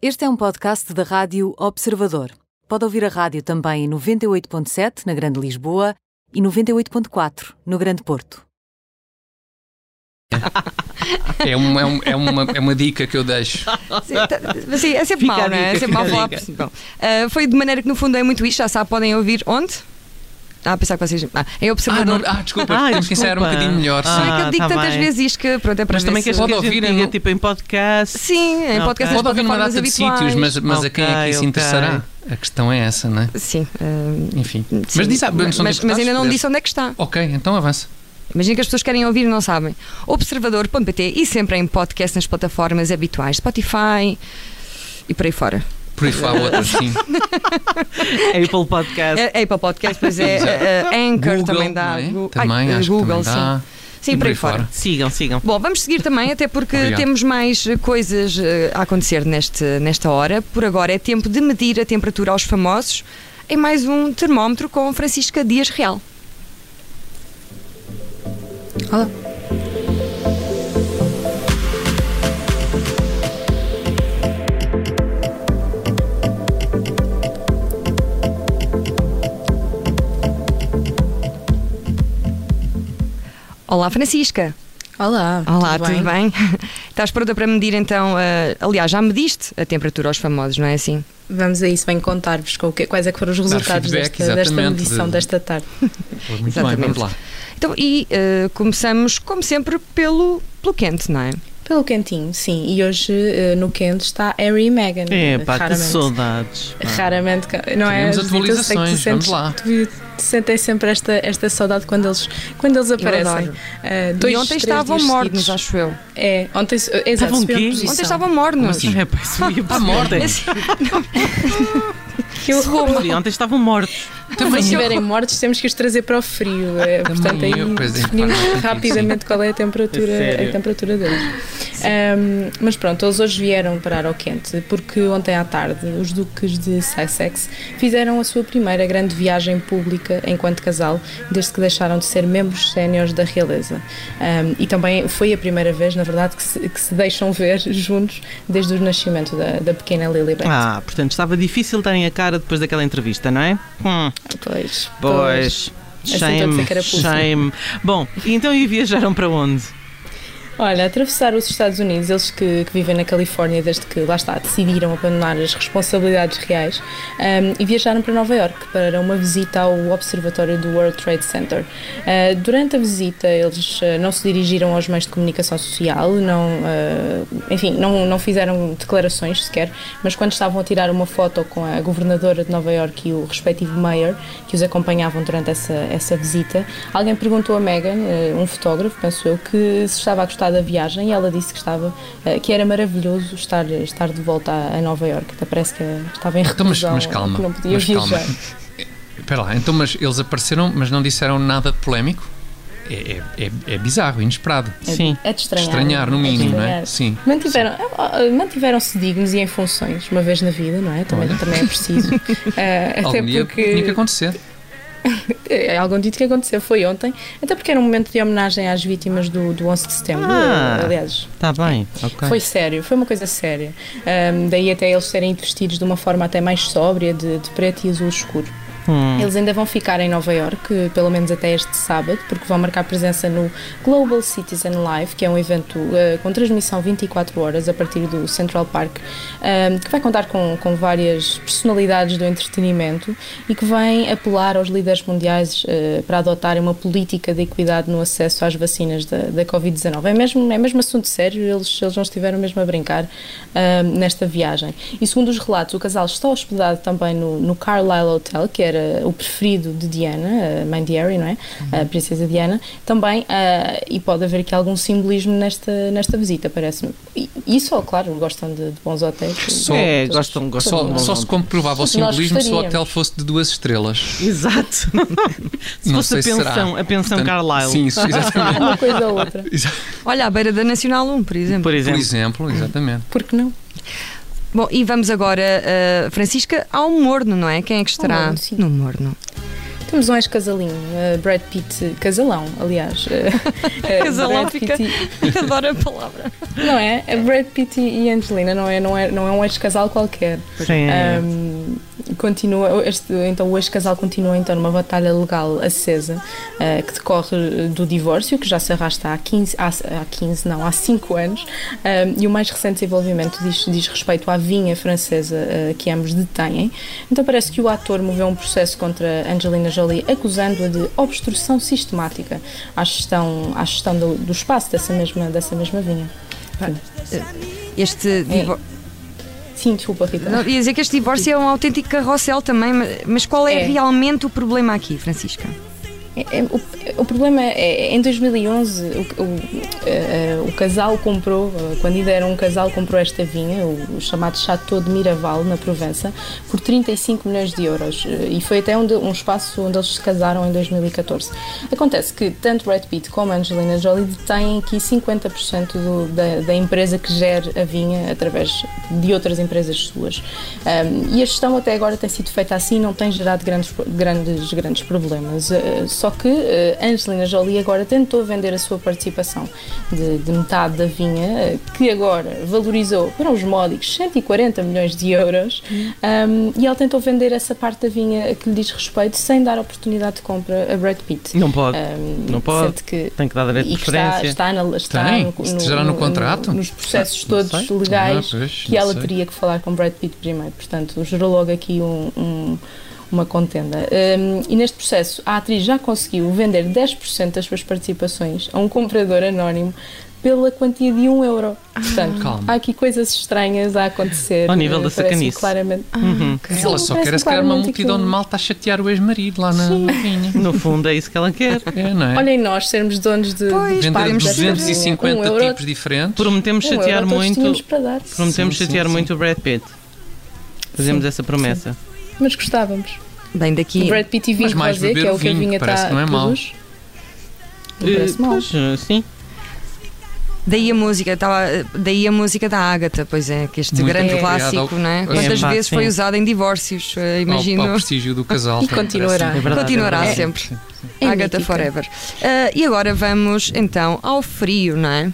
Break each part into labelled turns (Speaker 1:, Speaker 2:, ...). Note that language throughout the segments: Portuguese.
Speaker 1: Este é um podcast da Rádio Observador. Pode ouvir a rádio também em 98.7 na Grande Lisboa e 98.4 no Grande Porto.
Speaker 2: É, um- é um- é uma, é uma dica que eu deixo.
Speaker 3: Sim, tá- mas sim, é sempre
Speaker 4: Fica a
Speaker 3: mau, não é? É
Speaker 4: dica,
Speaker 3: sempre mau
Speaker 4: fica a
Speaker 3: falar.
Speaker 4: dica.
Speaker 3: Bom, ah, foi de maneira que no fundo é muito isto, já sabe, podem ouvir onde? Ah, pensar que vocês. Ah, é
Speaker 2: Ah, não,
Speaker 3: observador.
Speaker 2: ah, desculpa,
Speaker 4: Ai,
Speaker 2: temos que ensaiar um
Speaker 4: desculpa.
Speaker 2: bocadinho melhor. sim.
Speaker 3: Não é que eu
Speaker 4: Ah,
Speaker 3: digo
Speaker 4: tá
Speaker 3: tantas
Speaker 4: bem.
Speaker 3: vezes que pronto, é para
Speaker 4: Mas
Speaker 3: ver
Speaker 4: também
Speaker 3: se...
Speaker 4: queres que
Speaker 2: Pode
Speaker 4: a gente
Speaker 2: ouvir,
Speaker 4: diga,
Speaker 2: não-
Speaker 4: tipo, em podcast?
Speaker 3: Sim, em
Speaker 4: Ah,
Speaker 3: podcast
Speaker 4: ok.
Speaker 2: Pode
Speaker 3: nas
Speaker 2: ouvir uma
Speaker 3: plataformas
Speaker 2: data de
Speaker 3: habituais.
Speaker 2: sítios, mas, mas a quem é que
Speaker 4: Ok,
Speaker 2: isso
Speaker 4: ok.
Speaker 2: interessará? A questão é essa, não é?
Speaker 3: Sim, ah,
Speaker 2: Enfim.
Speaker 3: sim.
Speaker 2: Mas diz à Bruno, são
Speaker 3: mas, mas
Speaker 2: deputados,
Speaker 3: ainda não
Speaker 2: deve-
Speaker 3: disse onde é que está.
Speaker 2: Ok, então avança.
Speaker 3: Imagina que as pessoas querem ouvir e não sabem. Observador.pt e sempre em podcast nas plataformas habituais, Spotify e por aí fora.
Speaker 2: Por aí fora, outras, sim.
Speaker 4: Apple Podcast.
Speaker 3: É, Apple Podcast, pois é, eh, eh, Anchor
Speaker 2: Google,
Speaker 3: também dá.
Speaker 2: não é?
Speaker 3: Gu- ai,
Speaker 2: Também,
Speaker 3: eh,
Speaker 2: acho
Speaker 3: Google,
Speaker 2: que também dá.
Speaker 3: sim. Sim, por aí fora.
Speaker 4: Sigam, sigam.
Speaker 3: Bom, vamos seguir também, até porque
Speaker 2: Obrigado.
Speaker 3: temos mais eh, coisas eh, a acontecer neste, nesta hora. Por agora é tempo de medir a temperatura aos famosos em mais um termómetro com Francisca Dias Real. Olá. Olá, Francisca.
Speaker 5: Olá,
Speaker 3: Olá, tudo, bem? Estás pronta para medir então? eh, aliás, já mediste a temperatura aos famosos, não é assim?
Speaker 5: Vamos a isso, venho contar-vos com o que- quais é que foram os resultados
Speaker 2: feedback,
Speaker 5: desta, desta
Speaker 2: exatamente,
Speaker 5: medição
Speaker 2: de-
Speaker 5: desta tarde.
Speaker 2: Muito
Speaker 3: Exatamente.
Speaker 2: bem, vamos lá.
Speaker 3: Então, e eh, começamos, como sempre, pelo, pelo quente, não é?
Speaker 5: Pelo quentinho, sim. E hoje eh, no quente está Harry e Meghan.
Speaker 4: É, pá, que
Speaker 5: Raramente-
Speaker 4: saudades. pá.
Speaker 5: Raramente, ca- não é?
Speaker 2: Teremos
Speaker 5: Judita, eu sei que tu
Speaker 2: atualizações, vamos
Speaker 5: sentes-
Speaker 2: lá.
Speaker 5: Tu sentem sempre esta, esta saudade quando eles, quando eles aparecem.
Speaker 3: adoro.
Speaker 5: Eh, dois,
Speaker 3: e ontem
Speaker 5: três
Speaker 3: estavam
Speaker 5: dias
Speaker 3: mornos,
Speaker 5: seguidos.
Speaker 3: acho eu.
Speaker 5: É, ontem, eh, exato,
Speaker 4: Estavam
Speaker 5: subiu a
Speaker 4: quê?
Speaker 5: posição.
Speaker 3: Ontem estavam mornos.
Speaker 2: assim?
Speaker 4: É, pá, isso me
Speaker 2: Ah, mortem.
Speaker 5: Que horror.
Speaker 4: Ontem estavam mortos.
Speaker 2: Então,
Speaker 5: Se eles estiverem mortos, temos que os trazer para o frio. eh,
Speaker 2: Também
Speaker 5: portanto, aí
Speaker 2: eu, pois é,
Speaker 5: definimos
Speaker 2: faz sentido,
Speaker 5: rapidamente qual é a
Speaker 4: É
Speaker 5: temperatura,
Speaker 4: sério.
Speaker 5: a temperatura deles. Ahm, mas pronto, eles hoje vieram parar ao quente, porque ontem à tarde os duques de Sussex fizeram a sua primeira grande viagem pública enquanto casal, desde que deixaram de ser membros séniores da realeza. Ahm, e também foi a primeira vez, na verdade, que se, que se deixam ver juntos desde o nascimento da, da pequena Lilibet.
Speaker 4: Ah, portanto, estava difícil terem a cara depois daquela entrevista, não é? Hum,
Speaker 5: Pois,
Speaker 4: pois. é
Speaker 5: Assim todos a
Speaker 4: Shame,
Speaker 5: carapuça.
Speaker 4: shame. Bom, e então e viajaram para onde?
Speaker 5: Olha, atravessar os Estados Unidos, eles que, que vivem na Califórnia desde que lá está, decidiram abandonar as responsabilidades reais ahm, e viajaram para Nova Iorque para uma visita ao Observatório do World Trade Center. Ah, durante a visita, eles ah, não se dirigiram aos meios de comunicação social, não, ah, enfim, não, não fizeram declarações sequer, mas quando estavam a tirar uma foto com a governadora de Nova Iorque e o respectivo mayor que os acompanhavam durante essa, essa visita, alguém perguntou a Megan, eh, um fotógrafo, penso eu, que se estava a gostar da viagem e ela disse que estava, eh, que era maravilhoso estar, estar de volta a, a Nova Iorque. Até parece que estava em
Speaker 2: Então, mas,
Speaker 5: reclusão,
Speaker 2: mas
Speaker 5: eh,
Speaker 2: calma.
Speaker 5: que não podia
Speaker 2: Mas calma.
Speaker 5: viajar.
Speaker 2: Espera lá, então, mas eles apareceram, mas não disseram nada de polémico? É, é, é, é bizarro, inesperado.
Speaker 4: Sim.
Speaker 5: É de estranhar.
Speaker 2: Estranhar, no
Speaker 5: É de
Speaker 2: mínimo, não é?
Speaker 5: estranhar.
Speaker 2: Sim.
Speaker 5: Mantiveram, ah, ah, mantiveram-se dignos e em funções, uma vez na vida, não é? Também,
Speaker 2: Olha.
Speaker 5: também é preciso. Ah, até
Speaker 2: Algum dia
Speaker 5: porque.
Speaker 2: tinha que acontecer.
Speaker 5: É algum dito que aconteceu, foi ontem, até porque era um momento de homenagem às vítimas do, do 11 de setembro.
Speaker 4: Ah.
Speaker 5: Aliás,
Speaker 4: Está bem, ok.
Speaker 5: foi sério, foi uma coisa séria. Ahm, daí até eles serem vestidos de uma forma até mais sóbria, de, de preto e azul escuro.
Speaker 4: Hum.
Speaker 5: Eles ainda vão ficar em Nova Iorque, pelo menos até este sábado, porque vão marcar presença no Global Citizen Live, que é um evento eh, com transmissão 24 horas a partir do Central Park, ehm, que vai contar com, com várias personalidades do entretenimento e que vem apelar aos líderes mundiais eh, para adotarem uma política de equidade no acesso às vacinas da, da Covid-19. É mesmo, é mesmo assunto sério, eles, eles não estiveram mesmo a brincar ehm, nesta viagem. E segundo os relatos, o casal está hospedado também no, no Carlisle Hotel, que era o preferido de Diana, a mãe de Harry, não é? A princesa Diana. Também, ah, e pode haver aqui algum simbolismo nesta, nesta visita, parece-me. E, e só, claro, gostam de, de bons hotéis.
Speaker 2: Só-
Speaker 4: É,
Speaker 5: Todos-
Speaker 4: gostam, gostam. de
Speaker 2: Só,
Speaker 4: bom
Speaker 2: só se
Speaker 4: nome.
Speaker 2: comprovava o
Speaker 5: Nós
Speaker 2: simbolismo se o
Speaker 5: gostaríamos.
Speaker 2: hotel fosse de duas estrelas.
Speaker 4: Exato. se
Speaker 2: Não
Speaker 4: fosse
Speaker 2: sei
Speaker 4: a
Speaker 2: se será.
Speaker 4: pensão, a pensão
Speaker 2: Portanto,
Speaker 4: Carlisle.
Speaker 2: Sim, isso, exatamente.
Speaker 5: Uma coisa ou outra.
Speaker 2: Exa-
Speaker 3: Olha, à beira da Nacional 1, por exemplo.
Speaker 4: Por
Speaker 2: Por
Speaker 4: exemplo.
Speaker 2: exemplo, exatamente.
Speaker 5: Por que não?
Speaker 3: Bom, e vamos agora, eh, Francisca, ao morno, não é? Quem é que estará
Speaker 5: morno, sim.
Speaker 3: no morno?
Speaker 5: Então, Temos um ex-casalinho, eh, Brad Pitt, casalão, aliás. eh, eh,
Speaker 3: Casalão
Speaker 5: Brad
Speaker 3: fica-
Speaker 5: Pitt
Speaker 3: Adoro a palavra.
Speaker 5: e- Não é? É Brad Pitt e Angelina, não é, não é, não é um ex-casal qualquer.
Speaker 4: Sim. é.
Speaker 5: Ahm, continua, este- então o ex-casal continua então numa batalha legal acesa ah, que decorre eh, do divórcio, que já se arrasta há 15, há, há 15 não, há 5 anos, ahm, e o mais recente desenvolvimento diz, diz respeito à vinha francesa ah, que ambos detêm. Então parece que o ator moveu um processo contra Angelina Jolie acusando-a de obstrução sistemática à gestão, à gestão do, do espaço dessa mesma, dessa mesma vinha.
Speaker 3: Este divor...
Speaker 5: Sim, desculpa, Rita.
Speaker 3: Não, ia dizer que este divórcio é um autêntico carrossel também, ma- mas qual é,
Speaker 5: É.
Speaker 3: realmente o problema aqui, Francisca?
Speaker 5: É- é- o, o problema é, em 2011, o, o, eh, eh, o casal comprou, eh, quando ainda era um casal, comprou esta vinha, o, o chamado Chateau de Miraval, na Provença, por 35 milhões de euros. eh, E foi até onde- um espaço onde eles se casaram em 2014. Acontece que tanto Brad Pitt como Angelina Jolie detêm aqui 50% do- da, da empresa que gera a vinha através de outras empresas suas. Um, e a gestão até agora tem sido feita assim, não tem gerado grandes, grandes, grandes problemas. Uh, só que uh, Angelina Jolie agora tentou vender a sua participação de, de metade da vinha, uh, que agora valorizou para os módicos 140 milhões de euros, um, e ela tentou vender essa parte da vinha que lhe diz respeito sem dar oportunidade de compra a Brad Pitt.
Speaker 4: Não pode.
Speaker 5: Um,
Speaker 4: Não pode.
Speaker 5: sente que
Speaker 4: Tem eh, que dar direito
Speaker 5: e
Speaker 4: de
Speaker 5: que está,
Speaker 4: preferência.
Speaker 5: está, na, está
Speaker 2: Tem?
Speaker 5: no,
Speaker 2: Isso já no contrato?
Speaker 5: nos processos
Speaker 2: Ah, não
Speaker 5: todos
Speaker 2: sei.
Speaker 5: legais
Speaker 2: Ah, pois,
Speaker 5: que
Speaker 2: não
Speaker 5: ela
Speaker 2: sei.
Speaker 5: teria que falar com Brad Pitt primeiro. Portanto, gerou logo aqui um- um- uma contenda. Um, e neste processo, a atriz já conseguiu vender 10% das suas participações a um comprador anónimo pela quantia de 1 euro. Portanto,
Speaker 2: Ah. Calma.
Speaker 5: há aqui coisas estranhas a acontecer.
Speaker 4: Ao nível
Speaker 5: Eh,
Speaker 4: da
Speaker 5: parece-me
Speaker 4: sacanice.
Speaker 5: Claramente.
Speaker 4: Uhum.
Speaker 5: Sim,
Speaker 2: Ela só
Speaker 5: parece-me
Speaker 2: quer, é se calhar, uma
Speaker 5: claramente um-
Speaker 2: multidão
Speaker 5: aquilo.
Speaker 2: de malta a chatear o ex-marido lá na
Speaker 5: Sim.
Speaker 2: na vinha.
Speaker 4: No fundo é isso que ela quer.
Speaker 2: É, não é?
Speaker 5: Olhem nós sermos donos de...
Speaker 3: Pois,
Speaker 5: de
Speaker 2: Vender
Speaker 3: paremos de ser.
Speaker 2: 250
Speaker 5: Um euro-
Speaker 2: tipos diferentes.
Speaker 4: Prometemos
Speaker 3: Oh,
Speaker 5: um euro
Speaker 4: chatear
Speaker 5: todos
Speaker 4: muito. um
Speaker 5: tínhamos para dar,
Speaker 4: Prometemos
Speaker 2: Sim, sim,
Speaker 4: chatear
Speaker 2: sim.
Speaker 4: muito o Brad Pitt. Fazemos essa promessa.
Speaker 5: mas gostávamos.
Speaker 3: Bem,
Speaker 5: O
Speaker 3: daqui.
Speaker 5: Brad Pitt e vinho
Speaker 2: Mas mais
Speaker 5: rosé, que é
Speaker 2: beber
Speaker 5: o que a
Speaker 2: vinho,
Speaker 5: vinha
Speaker 2: que parece
Speaker 5: está
Speaker 2: que não é mau.
Speaker 5: produz. Não parece
Speaker 4: Eh,
Speaker 5: mal.
Speaker 4: Pois, eh, sim.
Speaker 3: Daí a música, tava, daí a música da Ágata, pois é, que este
Speaker 2: Muito
Speaker 3: grande
Speaker 2: obrigado ao-
Speaker 3: clássico, não é?
Speaker 2: ao
Speaker 3: Quantas
Speaker 4: empate,
Speaker 3: vezes foi
Speaker 4: sim.
Speaker 3: usado em divórcios, eh,
Speaker 2: Ao-
Speaker 3: imagino.
Speaker 2: Ao, prestígio do casal.
Speaker 5: E
Speaker 2: também
Speaker 5: continuará.
Speaker 4: É
Speaker 2: parece.
Speaker 4: verdade, é
Speaker 3: Continuará
Speaker 4: verdade.
Speaker 3: sempre.
Speaker 5: É
Speaker 3: Ágata
Speaker 5: mítica.
Speaker 3: Forever. Ah, e agora vamos então ao frio, não é?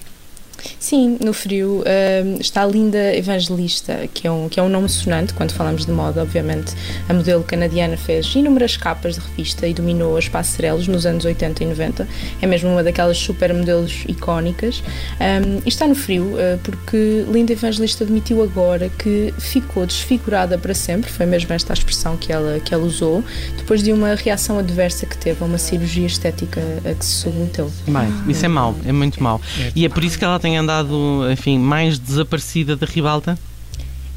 Speaker 5: Sim, no frio hum, está a Linda Evangelista, que é, um, que é um nome sonante quando falamos de moda, obviamente. A modelo canadiana fez inúmeras capas de revista e dominou as passarelas nos anos 80 e 90. É mesmo uma daquelas supermodelos icónicas. Hum, e está no frio uh, porque Linda Evangelista admitiu agora que ficou desfigurada para sempre, foi mesmo esta a expressão que ela, que ela usou, depois de uma reação adversa que teve a uma cirurgia estética a que se submeteu.
Speaker 4: Mais. Isso é mau, é muito mau. E é por isso que ela tem andado, enfim, mais desaparecida da ribalta.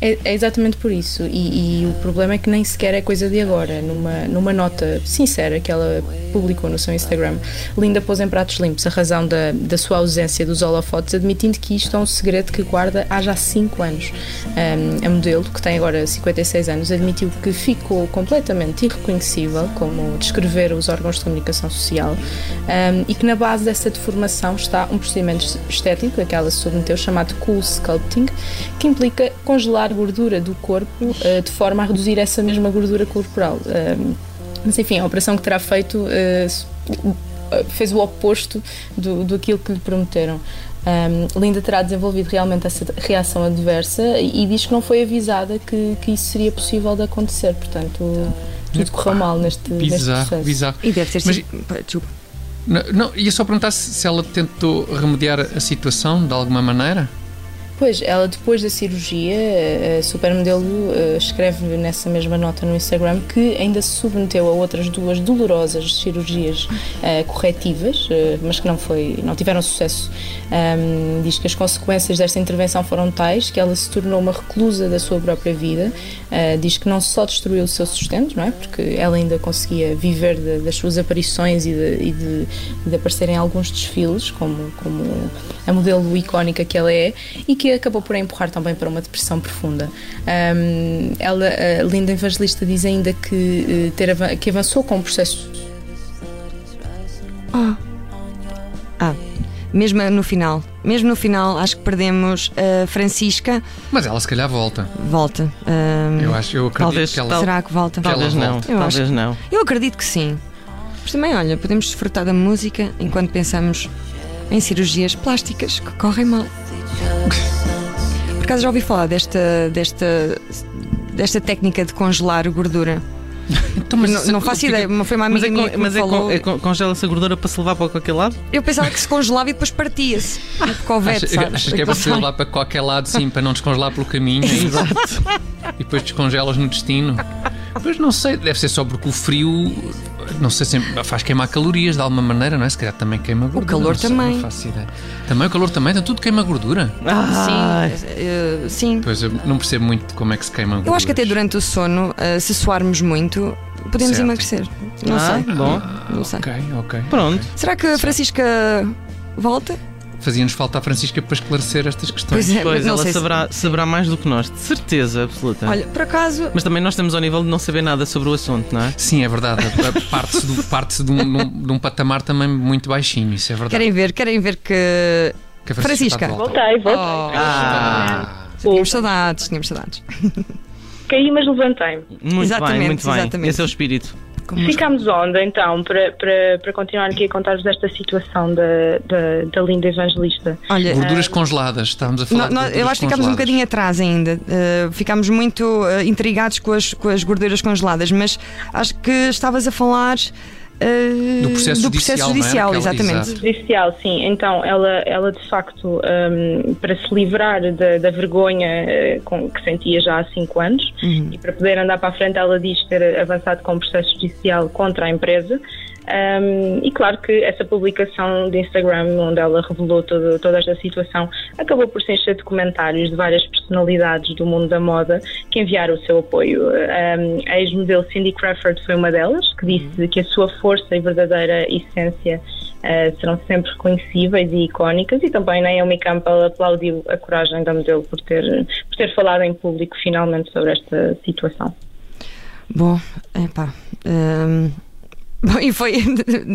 Speaker 5: É, é exatamente por isso. E, e o problema é que nem sequer é coisa de agora. Numa, numa nota sincera que ela publicou no seu Instagram, Linda pôs em pratos limpos a razão da, da sua ausência dos holofotes, admitindo que isto é um segredo que guarda há já 5 anos. Ahm, a modelo, que tem agora 56 anos, admitiu que ficou completamente irreconhecível, como descrever os órgãos de comunicação social, ahm, e que na base dessa deformação está um procedimento estético a que ela se submeteu, chamado cool sculpting, que implica congelar gordura do corpo eh, de forma a reduzir essa mesma gordura corporal. Um, Ahm, mas enfim, a operação que terá feito eh, s- eh, fez o oposto do, do aquilo que lhe prometeram. Ahm, Linda terá desenvolvido realmente essa reação adversa e, e diz que não foi avisada que, que isso seria possível de acontecer, portanto tudo correu mal neste, neste
Speaker 2: Então, Bizarro,
Speaker 5: processo.
Speaker 2: bizarro.
Speaker 3: E deve ter
Speaker 2: Mas-
Speaker 3: sido. Pá, Desculpa.
Speaker 2: Não, não, ia só perguntar se, se ela tentou remediar a situação de alguma maneira.
Speaker 5: Pois, ela depois da cirurgia, a supermodelo eh, escreve nessa mesma nota no Instagram que ainda se submeteu a outras duas dolorosas cirurgias eh, corretivas, eh, mas que não, foi, não tiveram sucesso. Ahm, diz que as consequências desta intervenção foram tais que ela se tornou uma reclusa da sua própria vida. Ah, diz que não só destruiu o seu sustento, não é? Porque ela ainda conseguia viver de- das suas aparições e de, e de- e de aparecer em alguns desfiles, como, como a modelo icónica que ela é, e que acabou por a empurrar também para uma depressão profunda. Ahm, ela, a Linda Evangelista, diz ainda que, eh, ter avan- que avançou com o processo
Speaker 3: Ah. Mesmo no final, mesmo no final, acho que perdemos a Francisca.
Speaker 2: Mas ela se calhar volta.
Speaker 3: Volta. Ah,
Speaker 2: Eu acho, eu acredito
Speaker 4: Talvez,
Speaker 2: que ela
Speaker 4: tal-
Speaker 3: será que volta?
Speaker 2: que ela
Speaker 4: Talvez não,
Speaker 2: volte.
Speaker 3: Eu acho
Speaker 4: talvez não.
Speaker 3: Eu acredito que sim. Mas também, olha, podemos desfrutar da música enquanto pensamos em cirurgias plásticas que correm mal. Por acaso já ouvi falar desta, desta, desta técnica de congelar gordura.
Speaker 2: Então,
Speaker 3: não,
Speaker 2: isso-
Speaker 3: não
Speaker 2: o
Speaker 3: faço
Speaker 2: que é que-
Speaker 3: ideia, mas foi uma
Speaker 4: Mas,
Speaker 3: amiga
Speaker 4: é,
Speaker 3: minha
Speaker 4: con-
Speaker 3: que me
Speaker 4: mas é,
Speaker 3: falou.
Speaker 4: con- é con- congela-se a gordura para se levar para qualquer lado?
Speaker 3: Eu pensava que se congelava e depois partia-se. Tipo
Speaker 2: Achas,
Speaker 3: covete, sabes?
Speaker 2: Ah. achas que é para se ir lá para qualquer lado, sim, para não descongelar pelo caminho é
Speaker 4: Exato.
Speaker 2: e depois descongelas no destino? Pois não sei, deve ser só porque o frio, não sei, sempre faz queimar calorias de alguma maneira, não é? Se calhar também queima gordura.
Speaker 3: calor
Speaker 2: não sei,
Speaker 3: também.
Speaker 2: não faço ideia. Também o calor também, então tudo queima gordura.
Speaker 4: Ai.
Speaker 3: Sim, eh, sim.
Speaker 2: Pois eu não percebo muito de como é que se queima gordura.
Speaker 3: Eu acho que até durante o sono, eh, se suarmos muito, podemos
Speaker 2: Certo.
Speaker 3: emagrecer. Não
Speaker 4: Ah,
Speaker 3: sei.
Speaker 4: Bom,
Speaker 3: Não sei.
Speaker 2: Ok, ok.
Speaker 4: pronto.
Speaker 3: Será que a Francisca volta?
Speaker 2: Fazia-nos falta a Francisca para esclarecer estas questões.
Speaker 3: Pois é,
Speaker 4: Pois,
Speaker 3: mas não
Speaker 4: ela
Speaker 3: sei se-
Speaker 4: saberá, saberá mais do que nós, de certeza absoluta.
Speaker 2: é?
Speaker 3: Olha, por acaso,
Speaker 4: Mas também nós estamos ao nível de não saber nada sobre o assunto, não é?
Speaker 2: Sim, é verdade. A- a Parte-se do- parte-se de, um, de um- de um patamar também muito baixinho, isso é verdade.
Speaker 3: querem ver, querem ver que.
Speaker 2: Que a Francisca. está de
Speaker 3: Francisca.
Speaker 2: volta.
Speaker 6: Voltei, voltei.
Speaker 3: Oh,
Speaker 2: Ah,
Speaker 3: tínhamos saudades, tínhamos saudades.
Speaker 6: Caí, mas levantei-me.
Speaker 4: Muito
Speaker 3: Exatamente,
Speaker 4: bem, muito bem.
Speaker 3: exatamente.
Speaker 4: Esse é o espírito.
Speaker 6: Ficámos onde, então, para, para, para continuar aqui a contar-vos esta situação da, da, da linda evangelista?
Speaker 3: Olha,
Speaker 2: gorduras congeladas, estávamos a falar.
Speaker 3: É, nó-
Speaker 2: de
Speaker 3: nó- eu
Speaker 2: gorduras
Speaker 3: acho que ficámos um
Speaker 2: congeladas.
Speaker 3: bocadinho atrás ainda. Eh, ficámos muito eh, intrigados com as, com as gorduras congeladas, mas acho que estavas a falar. eh,
Speaker 2: Do processo
Speaker 3: do processo
Speaker 2: judicial,
Speaker 3: judicial,
Speaker 2: não é? Aquela-
Speaker 3: exatamente.
Speaker 2: exato.
Speaker 6: Judicial, sim. Então, ela, ela de facto, hum, para se livrar da, da vergonha eh, com- que sentia já há cinco anos e para poder andar para a frente, ela diz ter avançado com um processo judicial contra a empresa. Hum, e claro que essa publicação de Instagram, onde ela revelou todo- toda esta situação, acabou por se encher de comentários de várias personalidades do mundo da moda que enviaram o seu apoio. Hum, a ex-modelo Cindy Crawford foi uma delas, que disse que a sua força e verdadeira essência eh, serão sempre reconhecíveis e icónicas e também Naomi Campbell aplaudiu a coragem da modelo por ter, por ter falado em público finalmente sobre esta situação.
Speaker 3: Bom, epá. hum, bom, e foi.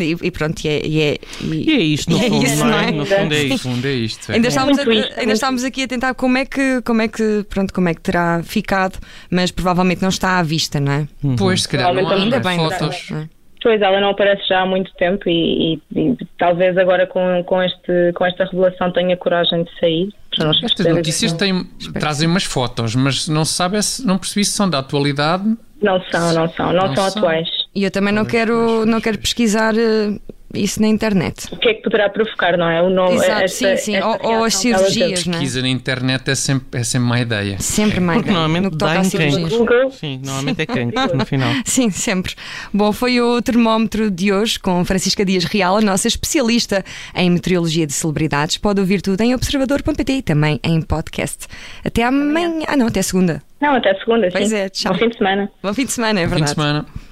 Speaker 3: E, e pronto, e é. E é- e-
Speaker 4: E é isto, no
Speaker 3: E é
Speaker 4: fundo,
Speaker 3: isso, não é?
Speaker 4: No fundo é
Speaker 2: No
Speaker 4: isto.
Speaker 2: fundo é isto. é.
Speaker 3: Ainda, estávamos a-
Speaker 6: muito isso, é
Speaker 3: ainda
Speaker 6: muito
Speaker 3: estávamos aqui a tentar como é que como é que pronto como é que terá ficado, mas provavelmente não está à vista, não é?
Speaker 2: Pois, se calhar não há
Speaker 6: Ainda
Speaker 2: não é?
Speaker 3: bem,
Speaker 2: fotos.
Speaker 3: não é?
Speaker 6: Pois ela não aparece já há muito tempo e, e- e talvez agora com, com, este, com esta revelação tenha coragem de sair. para nós
Speaker 2: Estas
Speaker 6: percebermos.
Speaker 2: notícias têm, trazem umas fotos, mas não se sabe, é se- não percebi se são da atualidade.
Speaker 3: é?
Speaker 6: Não são, não são, não,
Speaker 2: Não
Speaker 6: são
Speaker 2: são.
Speaker 6: atuais.
Speaker 3: E eu também não quero não quero pesquisar eh, isso na internet.
Speaker 6: O que é que poderá provocar, não é? O nome,
Speaker 3: Exato,
Speaker 6: esta-
Speaker 3: sim, sim.
Speaker 6: esta é
Speaker 3: Ou- ou
Speaker 6: reação
Speaker 3: as
Speaker 6: que ela teve.
Speaker 3: cirurgias. Não é?
Speaker 2: Pesquisa na internet é sempre, é sempre má ideia.
Speaker 3: Sempre mais é?
Speaker 4: Porque normalmente
Speaker 3: no que toca
Speaker 4: dá
Speaker 3: a
Speaker 4: em
Speaker 3: cirurgias.
Speaker 4: quem?
Speaker 6: Google,
Speaker 4: Sim, normalmente é cancro no final.
Speaker 3: Sim, sempre. Bom, foi o termómetro de hoje com Francisca Dias Real, a nossa especialista em meteorologia de celebridades. Pode ouvir tudo em observador.pt e também em podcast. Até amanhã. Ah, não, até segunda.
Speaker 6: não, até segunda,
Speaker 3: Pois
Speaker 6: sim.
Speaker 3: é, tchau.
Speaker 6: Bom fim de semana.
Speaker 3: Bom fim de semana, é
Speaker 2: Fim de
Speaker 3: verdade.
Speaker 2: semana.